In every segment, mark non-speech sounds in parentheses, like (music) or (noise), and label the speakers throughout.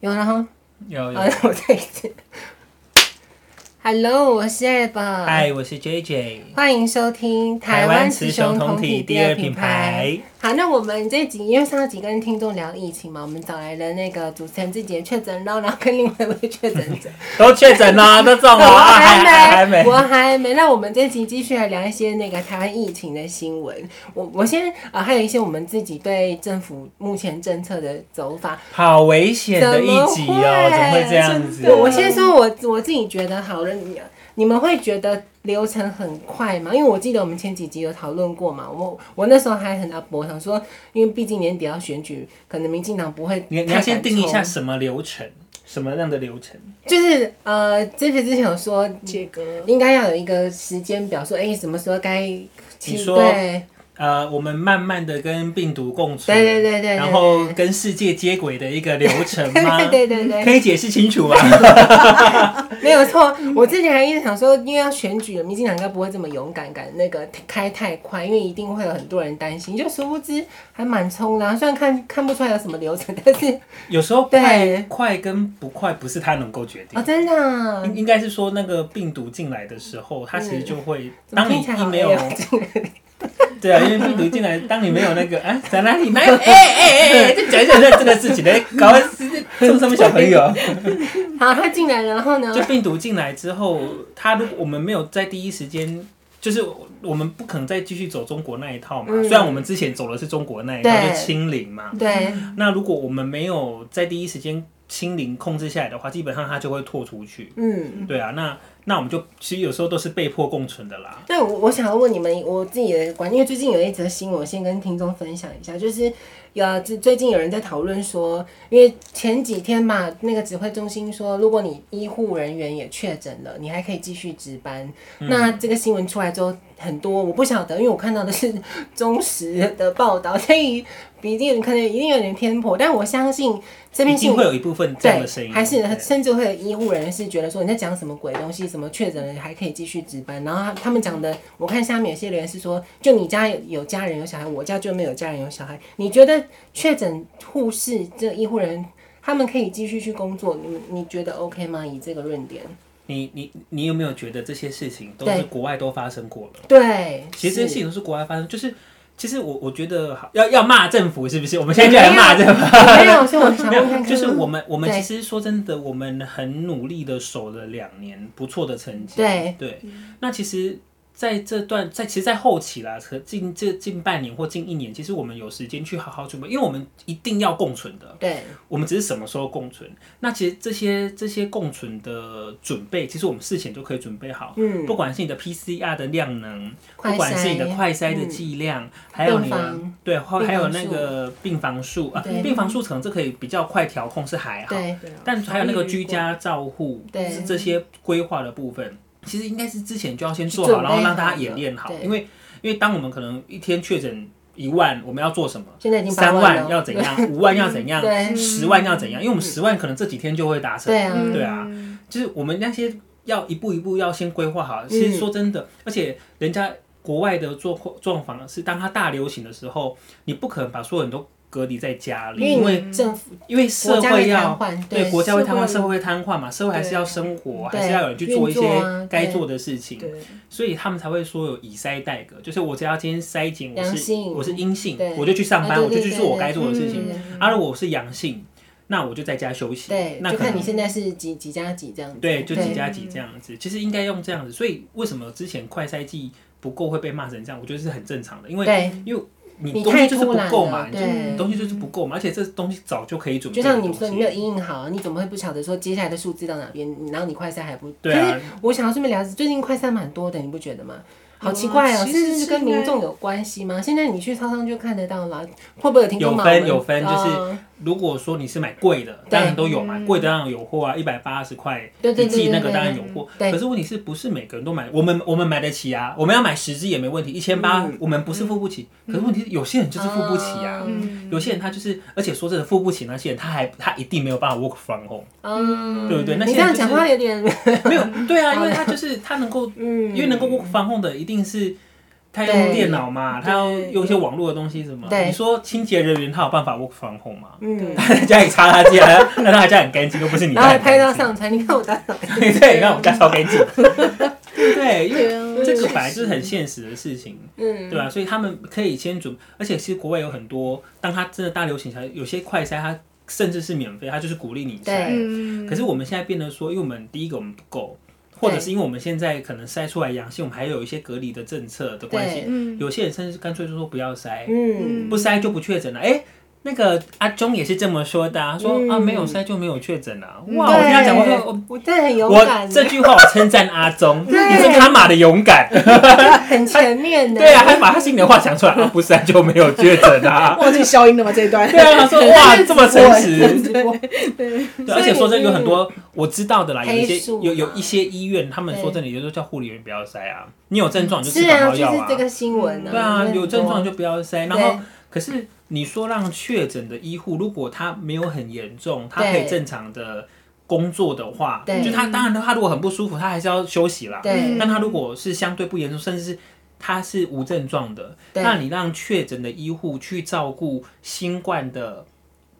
Speaker 1: 说，然后
Speaker 2: 有有
Speaker 1: 啊，，我再一次。Hello，我是二宝，
Speaker 2: 嗨，我是 JJ，
Speaker 1: 欢迎收听台湾雌雄同体第二品牌。，好，那我们这集因为上集跟听众聊疫情嘛，我们找来了那个主持人自己的确诊喽，然后跟另外一位确诊 (laughs) 者，
Speaker 2: 都确
Speaker 1: (laughs)
Speaker 2: 诊了，都中
Speaker 1: 我
Speaker 2: 了，啊
Speaker 1: 哦还
Speaker 2: 还
Speaker 1: 没，
Speaker 2: 没
Speaker 1: 我还没。那我们这集继续来聊一些那个台湾疫情的新闻。我我先啊、呃还有一些我们自己对政府目前政策的走法，
Speaker 2: 好危险的一集
Speaker 1: 怎
Speaker 2: 哦，怎
Speaker 1: 么
Speaker 2: 么
Speaker 1: 会
Speaker 2: 会这样子？
Speaker 3: 真的
Speaker 1: 我先说我我自己觉得好了，你你们会觉得流程很快吗？因为我记得我们前几集有讨论过嘛，我我那时候还很阿伯，想说，因为毕竟年底要选举，可能民进党不会。
Speaker 2: 你你要先定义一下，什么流程，什么样的流程？
Speaker 1: 就是呃，这次之前有说
Speaker 3: 杰哥，
Speaker 1: 应该要有一个时间表，说哎、什么时候该
Speaker 2: 你
Speaker 1: 起
Speaker 2: 说
Speaker 1: 对 (laughs)
Speaker 2: 呃，我们慢慢的跟病毒共存，
Speaker 1: 对对对对对
Speaker 2: 然后跟世界接轨的一个流程吗？
Speaker 1: (laughs) 对对对对
Speaker 2: 可以解释
Speaker 1: (laughs)
Speaker 2: 清楚吗？
Speaker 1: 没有错，
Speaker 2: 嗯
Speaker 1: 我之前还一直想说，因为要选举了，民进党应该不会这么勇敢，敢那个开太快，因为一定会有很多人担心。就殊不知还蛮冲的、啊，虽然看看不出来有什么流程，但
Speaker 2: (laughs)
Speaker 1: 是
Speaker 2: 有时候
Speaker 1: 对
Speaker 2: 快快跟不快不是他能够决定
Speaker 1: 哦，真的、啊
Speaker 2: 应，应该是说那个病毒进来的时候，它其实就会，
Speaker 1: 怎么
Speaker 2: 当你
Speaker 1: 听起来
Speaker 2: 一
Speaker 1: 好
Speaker 2: 没有，对啊，因为病毒进来，当你没有那个啊，在哪里 (laughs) 哪有？哎哎哎哎，就讲一讲这个事情嘞，搞完冲上面小朋友，
Speaker 1: 好，他进来了，然后呢
Speaker 2: 就？病毒进来之后，它如果我们没有在第一时间。就是我们不可能再继续走中国那一套嘛，
Speaker 1: 嗯
Speaker 2: 虽然我们之前走的是中国那一套，
Speaker 1: 对
Speaker 2: (laughs) 就清零嘛。
Speaker 1: 对，
Speaker 2: 那如果我们没有在第一时间清零控制下来的话，基本上它就会拓出去。
Speaker 1: 嗯。
Speaker 2: 对啊，那那我们就其实有时候都是被迫共存的啦。
Speaker 1: 对，我我想要问你们我自己的观点，因为最近有一则新闻，我先跟听众分享一下，就是有最最近有人在讨论说，因为前几天嘛，那个指挥中心说，如果你医护人员也确诊了，你还可以继续值班。那这个新闻出来之后，很多我不晓得，因为我看到的是 (laughs) 忠实的报道，所以一定可能一定有点偏颇，但我相信这篇
Speaker 2: 一
Speaker 1: 新
Speaker 2: 定
Speaker 1: 闻
Speaker 2: 会有一部分这样的声音，
Speaker 1: 还是
Speaker 2: 对
Speaker 1: 甚至会有医护人员是觉得说你在讲什么鬼东西，什么确诊了还可以继续值班，然后他他们讲的，我看下面有些留言是说，就你家有有家人有小孩，我家就没有家人有小孩，你觉得确诊护士这医护人员他们可以继续去工作，你你觉得 OK 吗？以这个论点，
Speaker 2: 你你你有没有觉得这些事情都
Speaker 1: 对
Speaker 2: 是国外都发生过了？
Speaker 1: 对，
Speaker 2: 其实这些事
Speaker 1: 是
Speaker 2: 情都是国外发生，就是其实我我觉得好要要骂政府是不是？我们现在就来骂政府。
Speaker 1: 没有，所以 (laughs) 我想
Speaker 2: 没
Speaker 1: 问看看， (laughs)
Speaker 2: 有，就是我们我们
Speaker 1: 对
Speaker 2: 其实说真的，我们很努力的守了两年不错的成绩。
Speaker 1: 对
Speaker 2: 对，那其实在这段在其实，在后期啦，和近这近半年或近一年，其实我们有时间去好好准备，因为我们一定要共存的。
Speaker 1: 对
Speaker 2: 我们只是什么时候共存？那其实这些这些共存的准备，其实我们事前就可以准备好。
Speaker 1: 嗯
Speaker 2: 不管是你的 PCR 的量能，
Speaker 1: 快
Speaker 2: 不管是你的
Speaker 1: 筛嗯
Speaker 2: 快筛的剂量，还有你
Speaker 1: 病
Speaker 2: 的
Speaker 1: 房
Speaker 2: 对，或
Speaker 1: 病
Speaker 2: 还有
Speaker 1: 房
Speaker 2: 那
Speaker 1: 数
Speaker 2: 个病房数啊
Speaker 1: 对，
Speaker 2: 病房数可能这可以比较快调控是还好，
Speaker 1: 对
Speaker 3: 对啊
Speaker 2: 但还有那个居，家照护
Speaker 1: 对
Speaker 2: 是这些规划的部分，其实应该是之前就要先做
Speaker 1: 准
Speaker 2: 好，
Speaker 1: 备
Speaker 2: 然后让大
Speaker 1: 好
Speaker 2: 家演
Speaker 1: 了
Speaker 2: 练好
Speaker 1: 对，
Speaker 2: 因为因为当我们可能一天确诊一万，我们要做什么？
Speaker 1: 现在已经八
Speaker 2: 三
Speaker 1: 万
Speaker 2: 万
Speaker 1: 了
Speaker 2: 要怎样，五万要怎
Speaker 1: (laughs)
Speaker 2: 样，
Speaker 1: 对
Speaker 2: 十万要怎样？因为我们十万可能这几天就会达成
Speaker 1: 对，啊
Speaker 3: 嗯
Speaker 2: 对啊，就是我们那些要一步一步要先规划
Speaker 1: 嗯
Speaker 2: 好。其实说真的，而且人家国外的状状况是，当它大流行的时候，你不可能把所有人都隔离在家里，
Speaker 1: 因
Speaker 2: 因
Speaker 1: 为
Speaker 2: 为
Speaker 1: 你政府
Speaker 2: 因为
Speaker 1: 国
Speaker 2: 社
Speaker 1: 家会
Speaker 2: 会
Speaker 1: 瘫
Speaker 2: 要
Speaker 1: 痪，
Speaker 2: 对国家会瘫痪，
Speaker 3: 社
Speaker 2: 社会会瘫痪嘛，社会还是要生活，
Speaker 1: 对
Speaker 2: 还是要有人去做一
Speaker 1: 运作啊
Speaker 2: 些该
Speaker 1: 对
Speaker 2: 做的事情，
Speaker 3: 对，
Speaker 2: 所以他们才会说有以筛代隔，就是我只要今天筛检我
Speaker 1: 阳
Speaker 2: 是
Speaker 1: 性
Speaker 2: 我是阴性
Speaker 1: 对，
Speaker 2: 我就去上
Speaker 1: 啊
Speaker 2: 班，
Speaker 1: 对
Speaker 2: 我就去
Speaker 1: 对
Speaker 2: 做
Speaker 1: 对
Speaker 2: 我该做的事
Speaker 1: 嗯
Speaker 2: 情。
Speaker 3: 嗯
Speaker 2: 啊，如果我是阳性，那我就在家休息。
Speaker 1: 对，
Speaker 2: 那
Speaker 1: 就
Speaker 2: 可
Speaker 1: 看你
Speaker 2: 能
Speaker 1: 现在是几几加几这样子，
Speaker 2: 对，就几
Speaker 1: 对
Speaker 2: 加几这样子。其实应该用这样子，所以为什么之前快筛剂不够会被骂成这样？我觉得是很正常的，因为
Speaker 1: 对
Speaker 2: 因为
Speaker 1: 你
Speaker 2: 你东
Speaker 1: 太
Speaker 2: 西就是
Speaker 1: 突
Speaker 2: 不
Speaker 1: 然
Speaker 2: 够
Speaker 1: 了
Speaker 2: 嘛，，你就
Speaker 1: 对
Speaker 2: 你。东西就是不够嘛，而且这东西早就可以准备
Speaker 1: 就
Speaker 2: 的东
Speaker 1: 像
Speaker 2: 西。
Speaker 1: 你说，你没有阴影好，你怎么会不晓得说接下来的数字到哪边？然后你快筛还不？
Speaker 2: 对啊
Speaker 1: 可是我想要顺便聊，最近快筛蛮多的，你不觉得吗？
Speaker 2: 啊
Speaker 1: 好奇怪哦，
Speaker 3: 其
Speaker 1: 是
Speaker 3: 实
Speaker 1: 是
Speaker 3: 是
Speaker 1: 跟
Speaker 3: 应该
Speaker 1: 民众有关系吗？现在你去超商就看得到了，会不会有听众
Speaker 2: 有
Speaker 1: 骂我
Speaker 2: 分
Speaker 1: 们
Speaker 2: 有分就是
Speaker 1: 哦
Speaker 2: 如果说你是买贵的，
Speaker 1: 对
Speaker 2: 当然都有嘛，
Speaker 3: 嗯
Speaker 2: 贵的当然有货啊，一百八十块
Speaker 1: 对对
Speaker 2: 一
Speaker 1: 对
Speaker 2: 季
Speaker 1: 对
Speaker 2: 那个
Speaker 1: 对
Speaker 2: 当然有货。
Speaker 1: 对
Speaker 2: 可是问题是不是每个人都买？我们我们买得起啊，我们要买十支也没问题，一千八
Speaker 1: 嗯
Speaker 2: 我们不是付不起。可是问题是有些人就是付不起啊，
Speaker 3: 嗯
Speaker 2: 有些人他就是，而且说真的付不起那些人，他还他一定没有办法 work from home，
Speaker 1: 嗯，
Speaker 2: 对不对？那
Speaker 1: 你
Speaker 2: 些
Speaker 1: 这样
Speaker 2: 人就
Speaker 1: 讲
Speaker 2: 是
Speaker 1: 话有点，
Speaker 2: 没有对啊，因为他就是他能够，
Speaker 1: 嗯，
Speaker 2: 因为能够 work from home 的一定是他要用电脑嘛，
Speaker 1: 对
Speaker 2: 他要用一些网络的东西什么。
Speaker 1: 对
Speaker 2: 你说清洁人员他有办法 work from home 吗？ (laughs)
Speaker 1: 嗯，
Speaker 2: 他在家里擦垃圾，啊但他家很干净，又不是你
Speaker 1: 然后还
Speaker 2: 家很
Speaker 1: 拍到
Speaker 2: 干净。
Speaker 1: 上传，你看我打扫，
Speaker 2: 对对，你看我们家超
Speaker 1: (laughs)
Speaker 2: 干净，对不对？因为
Speaker 3: 对啊，
Speaker 2: 这个本来就是很现实的事情，
Speaker 1: 嗯，
Speaker 2: 对吧、啊所以他们可以先准，而且其实国外有很多，当它真的大流行起来，有些快筛它甚至是免费，它就是鼓励你筛。
Speaker 3: 嗯，
Speaker 2: 可是我们现在变得说，因为我们第一个我们不够，或者
Speaker 1: 对
Speaker 2: 是因为我们现在可能筛出来阳性，我们还有一些隔离的政策的关系，
Speaker 3: 嗯，
Speaker 2: 有些人甚至干脆就说不要筛，
Speaker 1: 嗯，
Speaker 2: 不筛就不确诊了。哎、那个阿忠也是这么说的、啊，说、
Speaker 1: 嗯
Speaker 2: 啊没有筛就没有确诊啊。哇，
Speaker 1: 对
Speaker 2: 我听他讲，我说我
Speaker 1: 我真的很勇
Speaker 2: 我
Speaker 1: 敢，
Speaker 2: 这句话我称赞阿忠，你
Speaker 1: 对
Speaker 2: 是他妈的勇敢。 (laughs)
Speaker 1: 很前面的，
Speaker 2: 对啊，，他把他心里的话讲出来，啊，不然就没有确诊啊。
Speaker 3: 忘记消音了吗？这一段
Speaker 2: 对啊，他说哇，这么诚实。
Speaker 3: 对，
Speaker 2: 对，而且说真的，有很多我知道的啦，有一
Speaker 1: 黑
Speaker 2: 些
Speaker 1: 素嘛
Speaker 2: 有有一些医院，他们说真的，也就是叫护理员不要塞啊，你有症状你就是吃感
Speaker 1: 啊，
Speaker 2: 冒
Speaker 1: 就
Speaker 2: 药
Speaker 1: 是
Speaker 2: 啊
Speaker 1: 这。个新闻啊，
Speaker 2: 对啊，
Speaker 1: 就是
Speaker 2: 有症状
Speaker 1: 很多
Speaker 2: 就不要塞。然后，可是你说让确诊的医护，如果他没有很严重，他可以
Speaker 1: 对
Speaker 2: 正常的工作的话，
Speaker 1: 对
Speaker 2: 就他当然他如果很不舒服，他还是要休息啦。
Speaker 1: 对嗯
Speaker 2: 但他如果是相对不严重，甚至是他是无症状的，
Speaker 1: 对
Speaker 2: 那你让确诊的医护去照顾新冠的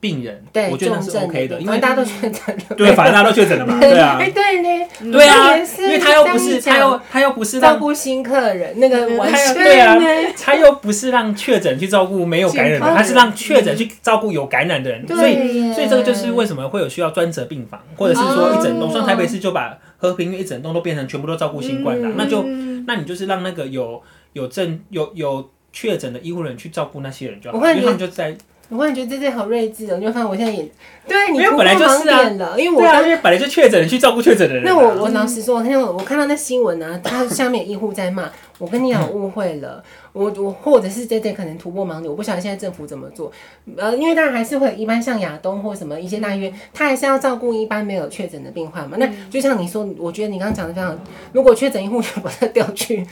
Speaker 2: 病人，
Speaker 1: 对，
Speaker 2: 我觉得那
Speaker 1: 重
Speaker 2: 是
Speaker 1: 症
Speaker 2: OK 的，
Speaker 1: 地
Speaker 2: 因
Speaker 1: 方
Speaker 2: 为
Speaker 1: 大家都确诊了，
Speaker 2: 对，反正大家都确
Speaker 1: (laughs)
Speaker 2: 诊了嘛， (laughs) 对啊
Speaker 1: 哎，，对呢，
Speaker 2: 对啊，
Speaker 1: 也 (laughs) 是
Speaker 2: 因为他又不是
Speaker 1: 这样
Speaker 2: 他
Speaker 1: 讲
Speaker 2: 又他又不是
Speaker 1: 照
Speaker 2: 让
Speaker 1: 顾新客人，那个完
Speaker 2: 他
Speaker 1: 全
Speaker 2: 又对啊
Speaker 1: 呢，，
Speaker 2: (laughs) 他又不是让确诊去照顾没有感染
Speaker 1: 健
Speaker 2: 的
Speaker 1: 康人
Speaker 2: 人，他是让确诊去照顾有感染的人，
Speaker 1: 对嗯
Speaker 2: 所以
Speaker 1: 耶
Speaker 2: 所以这个就是为什么会有需要专责病房，或者是说一整栋，
Speaker 1: 哦
Speaker 2: 像台北市就把和平一整栋都变成全部都照顾新冠的啊，
Speaker 1: 嗯
Speaker 2: 那就那你就是让那个有有症有有确诊的医护人员去照顾那些人就好，
Speaker 1: 我会
Speaker 2: 因为他们就在
Speaker 1: 我忽然觉得这些好睿智哦，你就发现我现在也对你
Speaker 2: 没有
Speaker 1: 突破
Speaker 2: 本来就是啊
Speaker 1: 盲点了，因为我
Speaker 2: 对啊，
Speaker 1: 刚
Speaker 2: 因为本来就确诊人去照顾确诊的人啊，
Speaker 1: (laughs) 那我我老实说，我看到我看到那新闻啊，他下面有医护在骂， (laughs) 我跟你讲误会了，我我或者是这点可能突破盲点，我不晓得现在政府怎么做，呃，因为当然还是会有一般像亚东或什么一些大医院，他还是要照顾一般没有确诊的病患嘛。那
Speaker 2: 嗯
Speaker 1: 就像你说，我觉得你刚刚讲的非常，如果确诊医护就把他调去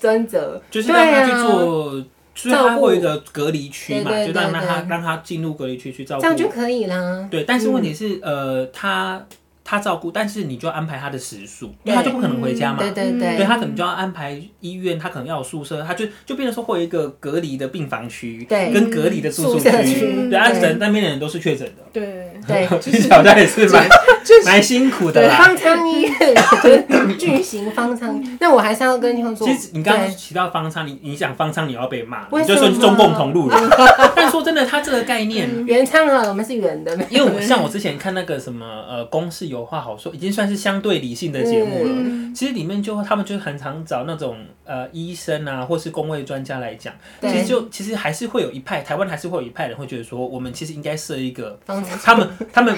Speaker 1: 专责，
Speaker 2: 就是让他去
Speaker 1: 对啊
Speaker 2: 做。就是他
Speaker 1: 照顾
Speaker 2: 会有一个隔离区嘛，
Speaker 1: 对
Speaker 2: 就
Speaker 1: 对
Speaker 2: 让
Speaker 1: 对
Speaker 2: 他
Speaker 1: 对
Speaker 2: 让他进入隔离区去照顾。
Speaker 1: 这样就可以啦。
Speaker 2: 对，但是问
Speaker 1: 嗯
Speaker 2: 题是，呃，他他照顾，但是你就要安排他的食宿，因为他就不可能回家嘛。
Speaker 1: 嗯对对对，
Speaker 2: 对他可能就要安排医院，他可能要有宿舍，他就就变成说会有一个隔离的病房区，
Speaker 1: 对
Speaker 2: 跟隔离的住
Speaker 1: 宿
Speaker 2: 宿
Speaker 1: 舍区
Speaker 2: 对，啊，
Speaker 1: 对
Speaker 2: 整那边的人都是确诊的，
Speaker 3: 对，
Speaker 2: (laughs)
Speaker 1: 对，
Speaker 2: 其实好像也是蛮 (laughs) 蛮辛苦的啦。
Speaker 1: 方舱医院就是 (coughs) 巨型方舱。那我还是要跟听众说，
Speaker 2: 其实你刚刚
Speaker 1: 对
Speaker 2: 提到方舱，你你想方舱你要被骂，
Speaker 1: 为
Speaker 2: 你就说
Speaker 1: 什么
Speaker 2: 中共同路人。 (laughs) 但说真的，他这个概念，
Speaker 1: 原唱啊，我们是圆的，
Speaker 2: (laughs) 因为我像我之前看那个什么呃公式有话好说，已经算是相对理性的节目了。
Speaker 3: 嗯
Speaker 2: 其实里面就他们就很常找那种呃医生啊，或是工位专家来讲。
Speaker 1: 对
Speaker 2: 其实就其实还是会有一派，台湾还是会有一派人会觉得说，我们其实应该设一个，
Speaker 1: 方舱
Speaker 2: 他们他们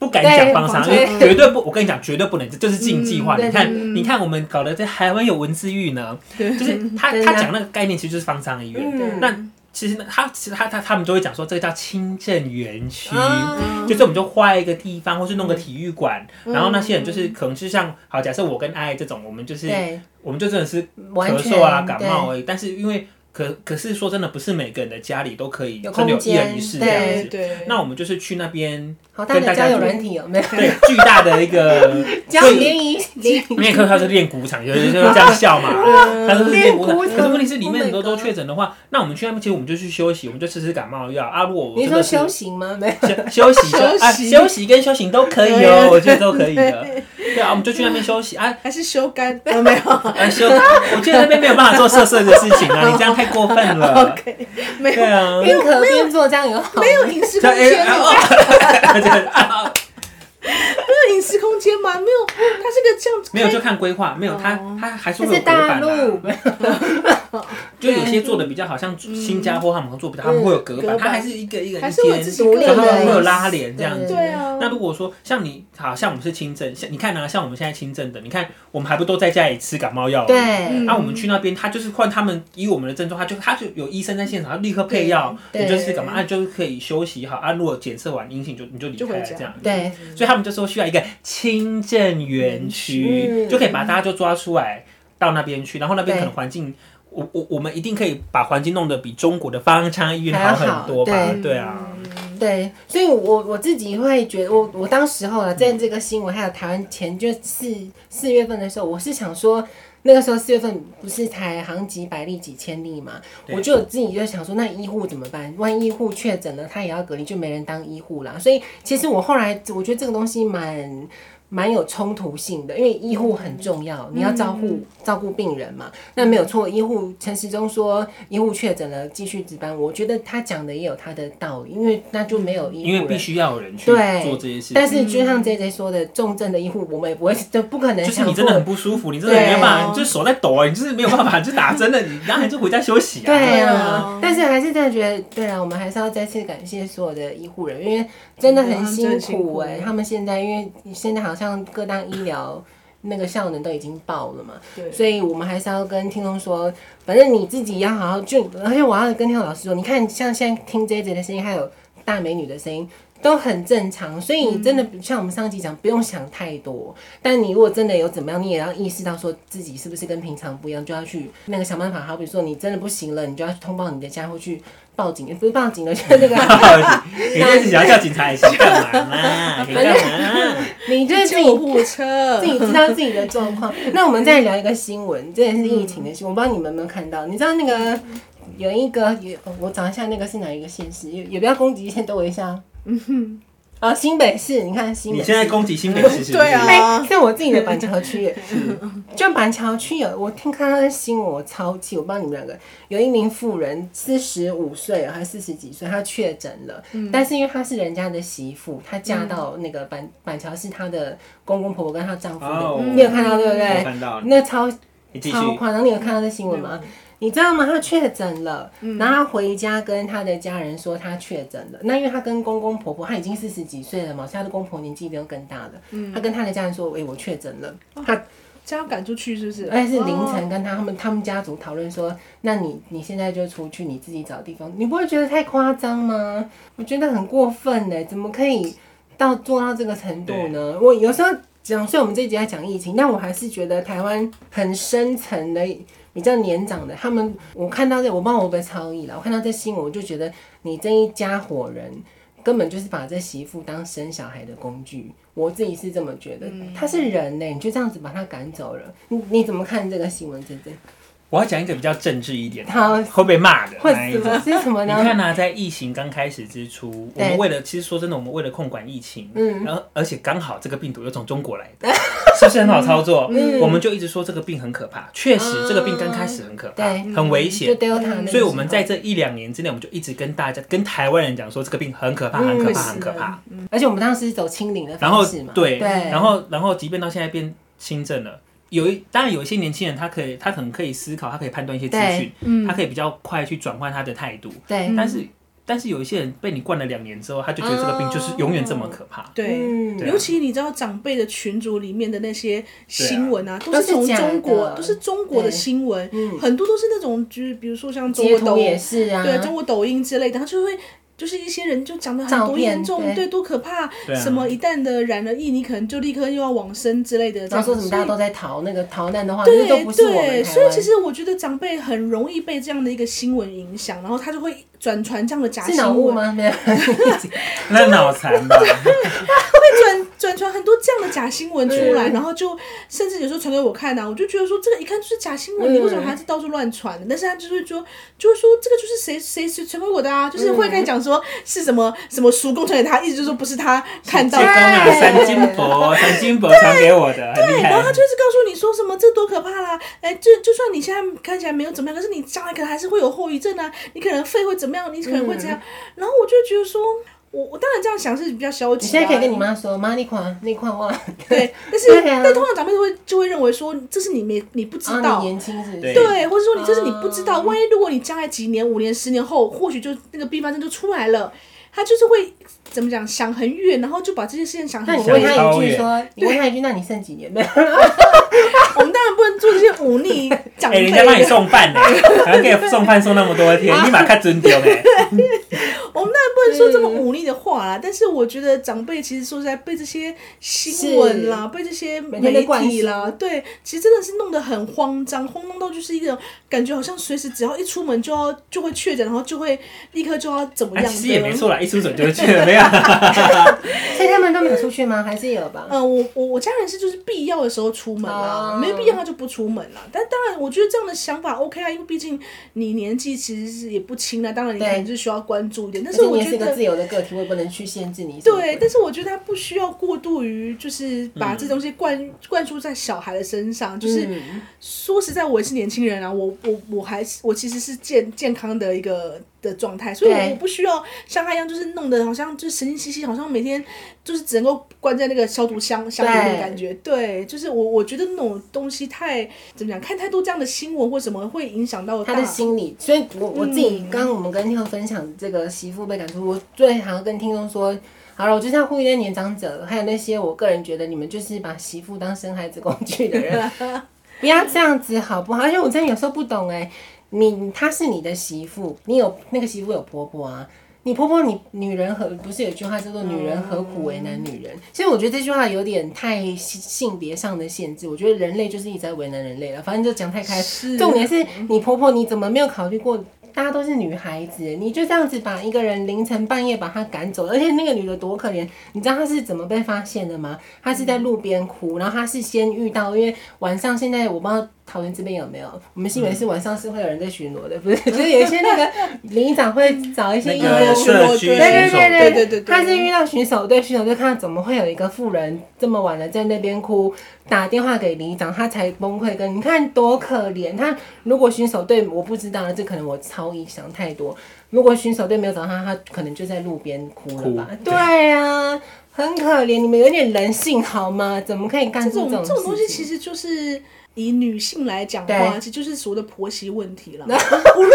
Speaker 2: 不敢讲方商，因
Speaker 1: 对
Speaker 2: 为绝对不，我跟你讲绝对不能，这就是禁忌
Speaker 1: 嗯
Speaker 2: 话。
Speaker 1: 对
Speaker 2: 你
Speaker 1: 对
Speaker 2: 看你看我们搞的在台湾有文字狱呢，就是
Speaker 1: (laughs)
Speaker 2: 他
Speaker 1: 对
Speaker 2: 他
Speaker 1: 啊
Speaker 2: 讲那个概念其实就是方商医院。
Speaker 1: 嗯
Speaker 2: 那其实呢，他其实他他他们就会讲说，这个叫清正园区。
Speaker 1: 啊
Speaker 2: 就是我们就画一个地方，或是弄个体育馆，
Speaker 1: 嗯
Speaker 2: 然后那些人就是可能就像好，假设我跟爱这种，我们就是
Speaker 1: 对，
Speaker 2: 我们就真的是
Speaker 1: 完
Speaker 2: 咳
Speaker 1: 全
Speaker 2: 嗽啊、感冒
Speaker 1: 对
Speaker 2: 而已。但是因为可可是说真的，不是每个人的家里都可以
Speaker 1: 有
Speaker 2: 真的有
Speaker 1: 空
Speaker 2: 一人
Speaker 1: 间
Speaker 2: 一室这
Speaker 3: 对
Speaker 2: 样
Speaker 1: 对
Speaker 2: 子。
Speaker 3: 对，
Speaker 2: 那我们啊就是去
Speaker 1: (laughs)
Speaker 2: 那边
Speaker 1: 好大
Speaker 2: 跟
Speaker 1: 的
Speaker 2: 大家
Speaker 1: 交友软体有没有？
Speaker 2: 对巨大的
Speaker 1: (laughs)
Speaker 2: 一个，
Speaker 1: 交
Speaker 2: 所
Speaker 1: 友
Speaker 2: 以
Speaker 1: 联
Speaker 2: (laughs)
Speaker 1: 谊，联谊
Speaker 2: 那也可以他是练鼓场，有人就
Speaker 1: (laughs)
Speaker 2: 这样笑嘛。
Speaker 3: 啊
Speaker 2: 他说是练鼓场，
Speaker 1: 嗯练鼓
Speaker 2: 可
Speaker 1: 场
Speaker 2: 是问题是里面很多
Speaker 1: Oh my
Speaker 2: 都
Speaker 1: God
Speaker 2: 确诊的话，那我们去那边其实我们就去休息，我们就吃吃感冒药啊。如果我
Speaker 1: 你
Speaker 2: 真
Speaker 1: 说
Speaker 2: 的是
Speaker 1: 修行吗？没有，
Speaker 2: 休休息 (laughs) 休啊，
Speaker 3: 休息
Speaker 2: 休息跟修行都可以哦，我觉得都可以的。对啊，我们就去那边休息啊，
Speaker 3: 还是修
Speaker 2: (laughs)
Speaker 3: 干啊没有
Speaker 2: 啊休，我觉得那边没有办法做色色的事 (laughs) 情啊，你这样太过分 (laughs) 了。
Speaker 3: ，OK，没
Speaker 2: 对
Speaker 3: 有
Speaker 2: 啊，
Speaker 1: 边咳边做这样有好吗
Speaker 3: 没有隐私
Speaker 2: 这
Speaker 3: 空间，
Speaker 2: 哎
Speaker 3: 没有
Speaker 2: 哦这个啊
Speaker 3: 没有隐私空间吗？没有，它是个这样子，
Speaker 2: 没有就看规划，没有他他还是
Speaker 1: 这
Speaker 2: 会有
Speaker 1: 是
Speaker 2: 规
Speaker 1: 大
Speaker 2: 范的
Speaker 1: 陆
Speaker 2: 啊。，就有些做的比较好，像新加坡他们做比较好，他们会有隔板，
Speaker 3: 隔板
Speaker 2: 它还是一个一个
Speaker 3: 还
Speaker 2: 一
Speaker 3: 是我自
Speaker 2: 间。
Speaker 3: 己个
Speaker 2: 然后
Speaker 1: 对
Speaker 2: 会有
Speaker 3: 人，
Speaker 2: 拉帘这样子，
Speaker 3: 对啊，
Speaker 2: 那如果说像你，好像我们是轻症，像你看啊，像我们现在轻症的，你看我们还不都在家里吃感冒药？
Speaker 1: 对，
Speaker 3: 嗯
Speaker 2: 啊那、我们去那边，他就是换他们以我们的症状，他就他就有医生在现场，他立刻配药，
Speaker 1: 对
Speaker 2: 你就是干嘛，啊，就是可以休息好啊。如果检测完阴性就你就离
Speaker 3: 就
Speaker 2: 开
Speaker 3: 回
Speaker 2: 了
Speaker 3: 家
Speaker 2: 这样。
Speaker 1: 对，
Speaker 2: 所以他们就说需要一个轻症园区，
Speaker 1: 嗯
Speaker 2: 就可以把大家就抓出来到那边去，然后那边
Speaker 1: 对
Speaker 2: 可能环境，我我我们一定可以把环境弄得比中国的方舱医院
Speaker 1: 还要
Speaker 2: 好
Speaker 1: 好
Speaker 2: 很多吧？
Speaker 1: 对嗯
Speaker 2: 对啊，
Speaker 1: 对，所以我，我自己会觉得，我我当时候啊，在这个新闻还有台湾前，就四四月份的时候，我是想说，那个时候四月份不是才好像几百例、几千例嘛，
Speaker 2: 对
Speaker 1: 我就有自己就想说，那医护怎么办？万一医护确诊了，他也要隔离，就没人当医护啦。所以其实我后来我觉得这个东西蛮。蛮有冲突性的，因为医护很重要，你要照顾、照顾病人嘛。那没有错，医护陈时中说医护确诊了继续值班，我觉得他讲的也有他的道理，因为那就没有医护
Speaker 2: 因为
Speaker 1: 了
Speaker 2: 必须要有人去
Speaker 1: 对
Speaker 2: 做这些事，
Speaker 1: 但是就像 J J 说的，重症的医护我们也不会，就不可能
Speaker 2: 就是
Speaker 1: 强
Speaker 2: 你
Speaker 1: 迫。
Speaker 2: 真的很不舒服，你真的没有办法，你就是手在抖啊，你就是没有办法，你就打针了，你然后你就回家休息啊。
Speaker 1: 对
Speaker 3: 对
Speaker 1: 啊
Speaker 3: 啊，
Speaker 1: 但是还是真的觉得，对啊，我们还是要再次感谢所有的医护人，因为啊真的很辛苦哎、
Speaker 3: 对
Speaker 1: 他们现在因为现在好像各大医疗那个效能都已经爆了嘛，
Speaker 3: 对，
Speaker 1: 所以我们还是要跟听众说，反正你自己要好好就，而且我要跟听众老师说，你看像现在听 J J 的声音，还有大美女的声音。都很正常，所以你真的不像我们上期讲，不用想太多。但你如果真的有怎么样，你也要意识到说自己是不是跟平常不一样，就要去那个想办法。好比说你真的不行了，你就要去通报你的家或去报警， (laughs) 不是报警了，就是 (laughs) 那个，
Speaker 2: 你开始想要叫警察也是干
Speaker 1: (laughs)
Speaker 2: 嘛啦？可以干嘛啦？
Speaker 1: 你就是自己
Speaker 3: 救护车
Speaker 1: 自，己知道自己的状 (laughs) 况。那我们再聊一个新闻，这也是疫情的新闻，我不知道你们有没有看到？你知道那个有一个有我找一下那个是哪一个县市，也也不要攻击，先等我一下哦。嗯哼，啊，新北市，你看新北
Speaker 2: 你
Speaker 1: 市，
Speaker 2: 现在攻击新北市是不是？
Speaker 3: 对啊
Speaker 1: 哎，在我自己的板桥区耶，就板桥区有，我听看到的新闻，我超气，我不知道你们两个，有一名妇人四十五岁了还是四十几岁，她确诊了，但是因为她是人家的媳妇，她嫁到那个板板桥是她的公公婆婆跟她丈夫
Speaker 2: 哦嗯
Speaker 1: 的，你有看到对不
Speaker 2: 我
Speaker 1: 对？
Speaker 2: 看到了，
Speaker 1: 那超
Speaker 2: 你继续。
Speaker 1: 超夸张，你有看到这新闻吗？你知道吗？她确诊了，
Speaker 2: 嗯
Speaker 1: 然后她回家跟她的家人说她确诊了。那因为她跟公公婆婆，她已经四十几岁了嘛，所以她的公婆年纪比我更大了。
Speaker 2: 嗯
Speaker 1: 她跟她的家人说：“哎、我确诊了。”
Speaker 2: 哦
Speaker 1: 她
Speaker 3: 这样赶出去是不哦是？
Speaker 1: 而且哎是凌晨跟她他们他们家族讨论说：“那你你现在就出去，你自己找地方。”你不会觉得太夸张吗？我觉得很过分呢、欸怎么可以到做到这个程度呢？我有时候讲，虽然我们这一集在讲疫情，但我还是觉得台湾很深层的比较年长的，他们我看到这，我不知道我会不会超意了。我看到这新闻，我就觉得你这一家伙人根本就是把这媳妇当生小孩的工具。我自己是这么觉得，
Speaker 3: 嗯
Speaker 1: 他是人呢、你就这样子把他赶走了，你你怎么看这个新闻？真真
Speaker 2: 我要讲一个比较政治一点的，
Speaker 1: 好，
Speaker 2: 会被骂的
Speaker 1: 或
Speaker 2: 那一
Speaker 1: 什
Speaker 2: 种。
Speaker 1: 么是什么
Speaker 2: 你
Speaker 1: 呢？
Speaker 2: 看啊，在疫情刚开始之初，我
Speaker 1: 对
Speaker 2: 们为了其实说真的，我们为了控管疫情，
Speaker 1: 嗯
Speaker 2: 然后而且刚好这个病毒又从中国来的，是不是很好操
Speaker 1: (laughs)
Speaker 2: 作？
Speaker 1: 嗯
Speaker 2: 我们就一直说这个病很可怕，确实这个病刚开始很可怕，
Speaker 1: 哦对嗯
Speaker 2: 很危
Speaker 1: 就
Speaker 2: 险。
Speaker 1: Delta 那个时候
Speaker 2: 所以我们在这一两年之内，我们就一直跟大家、跟台湾人讲说，这个病很可怕，
Speaker 1: 嗯
Speaker 2: 很可
Speaker 1: 会
Speaker 2: 怕，
Speaker 1: 死
Speaker 2: 很可怕。
Speaker 1: 而且我们当时是走清零的
Speaker 2: 然后
Speaker 1: 方式嘛，
Speaker 2: 对，
Speaker 1: 对，
Speaker 2: 然后然后即便到现在变轻症了。有一当然有一些年轻人，他可以他可能可以思考，他可以判断一些资讯，
Speaker 3: 嗯
Speaker 1: 嗯
Speaker 2: 他可以比较快去转换他的态度。
Speaker 1: 对，
Speaker 2: 但是但是有一些人被你灌了两年之后，他就觉得这个病
Speaker 3: 哦
Speaker 2: 就是永远这么可怕。
Speaker 3: 对。
Speaker 1: 嗯
Speaker 2: 对啊
Speaker 3: 尤其你知道长辈的群组里面的那些新闻啊，
Speaker 1: 对啊
Speaker 3: 都是从
Speaker 1: 都是假的
Speaker 3: 中国，都是中国的
Speaker 1: 对
Speaker 3: 新闻，
Speaker 1: 嗯
Speaker 3: 很多都是那种就是比如说像中
Speaker 1: 截
Speaker 3: 国
Speaker 1: 图
Speaker 3: 抖音
Speaker 1: 也是啊，
Speaker 3: 对中国抖音之类的，他就会就是一些人就讲的很
Speaker 1: 照
Speaker 3: 多
Speaker 1: 片
Speaker 3: 严重，
Speaker 1: 对
Speaker 3: 对多可怕，
Speaker 2: 对啊
Speaker 3: 什么一旦的染了疫，你可能就立刻又要往生之类的。这
Speaker 1: 然
Speaker 3: 样
Speaker 1: 后说什么大家
Speaker 3: 所以
Speaker 1: 都在逃那个逃难的话，那都
Speaker 3: 对
Speaker 1: 不是我们
Speaker 3: 对，所以其
Speaker 1: 实
Speaker 3: 实我觉得长辈很容易被这样的一个新闻影响，然后他就会转传这样的假
Speaker 1: 是
Speaker 3: 新
Speaker 1: 脑雾
Speaker 3: 闻，
Speaker 1: 吗？没
Speaker 3: (laughs)
Speaker 1: 有，
Speaker 2: 那脑残吧，
Speaker 3: 转 (laughs) 转传很多这样的假新闻出来，然后就甚至有时候传给我看啊呢、我就觉得说这个一看就是假新
Speaker 1: 嗯
Speaker 3: 闻，你为什么还是到处乱传？但是他就是说，就是说这个就是谁谁谁传给我的啊，就是会跟你讲说是什么什么叔公传给他，意思就是说不是他看到
Speaker 2: 济公
Speaker 3: 的。
Speaker 2: 啊，
Speaker 1: 对
Speaker 2: 三金箔，三金箔传给我的，很厉
Speaker 3: 然后他
Speaker 2: 害。
Speaker 3: 就是告诉你说什么这多可怕啦！哎，就就算你现在看起来没有怎么样，可是你将来可能还是会有后遗症啊，你可能肺会怎么样，你可能会
Speaker 1: 嗯
Speaker 3: 怎样。然后我就觉得说，我我当然这样想是比较消极、啊。
Speaker 1: 你现在可以跟你妈说，妈，你款你款哇，
Speaker 3: (laughs) 对，但是、
Speaker 1: 对啊
Speaker 3: 但通常长辈都会就会认为说，这是你没你不知
Speaker 1: 啊，
Speaker 3: 道
Speaker 1: 你，年轻是不是？
Speaker 2: 对
Speaker 3: 对，或者说你这是你不知道，
Speaker 1: 嗯
Speaker 3: 万一如果你将来几年、五年、十年后，或许就那个并发症就出来了，他就是会怎么讲，想很远，然后就把这些事情想
Speaker 1: 那
Speaker 3: 很
Speaker 1: 你
Speaker 3: 远。
Speaker 1: 问她一句
Speaker 2: 想
Speaker 1: 说，你问她一句，那你剩几年？没有，
Speaker 3: 我们当然不能做这些忤
Speaker 1: (laughs)
Speaker 3: 逆长
Speaker 2: 哎，
Speaker 3: 辈
Speaker 2: 人家帮你
Speaker 3: 的。 (laughs)
Speaker 2: 送饭呢，还要给你送饭送那么多天，你把它尊丢哎。
Speaker 3: 我们当然哦不能说这么忤逆的话啦，但是我觉得长辈其实说实在被这些新闻啦，被这些
Speaker 1: 天
Speaker 3: 媒
Speaker 1: 被灌
Speaker 3: 体
Speaker 1: 输
Speaker 3: 啦，对，其实真的是弄得很慌张，慌张到就是一种感觉，好像随时只要一出门就要就会确诊，然后就会立刻就要怎么
Speaker 2: 哎，
Speaker 3: 样的。
Speaker 2: 其实也没错啦，一出手就会去了，没有
Speaker 3: (laughs)
Speaker 2: 啊？
Speaker 1: 所以他们都没有出去吗？还是有吧？
Speaker 3: 嗯，我我我家人是就是必要的时候出门啦，
Speaker 1: 哦
Speaker 2: 啊
Speaker 3: 没必要他就不出门啦。但当然，我觉得这样的想法 OK 啊，因为毕竟你年纪其实是也不轻啊了，当然你可
Speaker 1: 对
Speaker 3: 能是需要关注一点。但
Speaker 1: 而
Speaker 3: 是
Speaker 1: 且
Speaker 3: 我
Speaker 1: 你也
Speaker 3: 觉
Speaker 1: 是一个
Speaker 3: 得
Speaker 1: 自由的个体，我也不能去限制你什么的。
Speaker 3: 对，但是我觉得他不需要过度于就是把这东西灌灌输在小孩的身上。就是、
Speaker 1: 嗯
Speaker 3: 说实在，我也是年轻人啊，我我我还是我其实是健健康的一个的状态，所以我
Speaker 1: 对
Speaker 3: 我不需要像他一样，就是弄得好像就是神经兮兮，好像每天就是只能够关在那个消毒箱箱里面的感觉。对，就是我我觉得那种东西太怎么讲，看太多这样的新闻或什么会影响到
Speaker 1: 他
Speaker 3: 大
Speaker 1: 的心理，所以我我自己刚刚我们跟听众分享这个媳妇被赶出，我最想要跟听众说，好了，我就是要呼吁那些年长者，还有那些我个人觉得你们就是把媳妇当生孩子工具的人，不要这样子好不好？而且我真的有时候不懂哎、你她是你的媳妇，你有那个媳妇有婆婆啊。你婆婆，你女人何不是有句话叫做“女人何苦为难女人”？其实我觉得这句话有点太性性别上的限制。我觉得人类就是一直在为难人类了，反正就讲太开
Speaker 3: 是
Speaker 1: 重点是你婆婆，你怎么没有考虑过？大家都是女孩子，你就这样子把一个人凌晨半夜把她赶走，而且那个女的多可怜，你知道她是怎么被发现的吗？她是在路边哭，然后她是先遇到，因为晚上现在我不知道桃园这边有没有，我们新北是晚上是会有人在巡逻的，不是？ (laughs) 就是有一些那个里长会找一些义
Speaker 2: 那
Speaker 1: 务
Speaker 2: 个社区
Speaker 3: 对
Speaker 1: 对
Speaker 2: 选手
Speaker 1: 对
Speaker 3: 对对对对
Speaker 1: 他是遇到巡守队，巡守队看到怎么会有一个妇人这么晚了在那边哭，打电话给里长，他才崩溃。跟你看多可怜，他如果巡守队我不知道，这可能我超一想太多。如果巡守队没有找他，他可能就在路边哭了吧？
Speaker 2: 哭
Speaker 1: 对啊，很可怜，你们有点人性好吗？怎么可以干
Speaker 3: 这
Speaker 1: 出
Speaker 3: 种这种东西
Speaker 1: 事
Speaker 3: 其
Speaker 1: 情？
Speaker 3: 实就是以女性来讲的话，
Speaker 1: 对
Speaker 3: 其实就是所谓的婆媳问
Speaker 1: (laughs)
Speaker 3: 题了。不论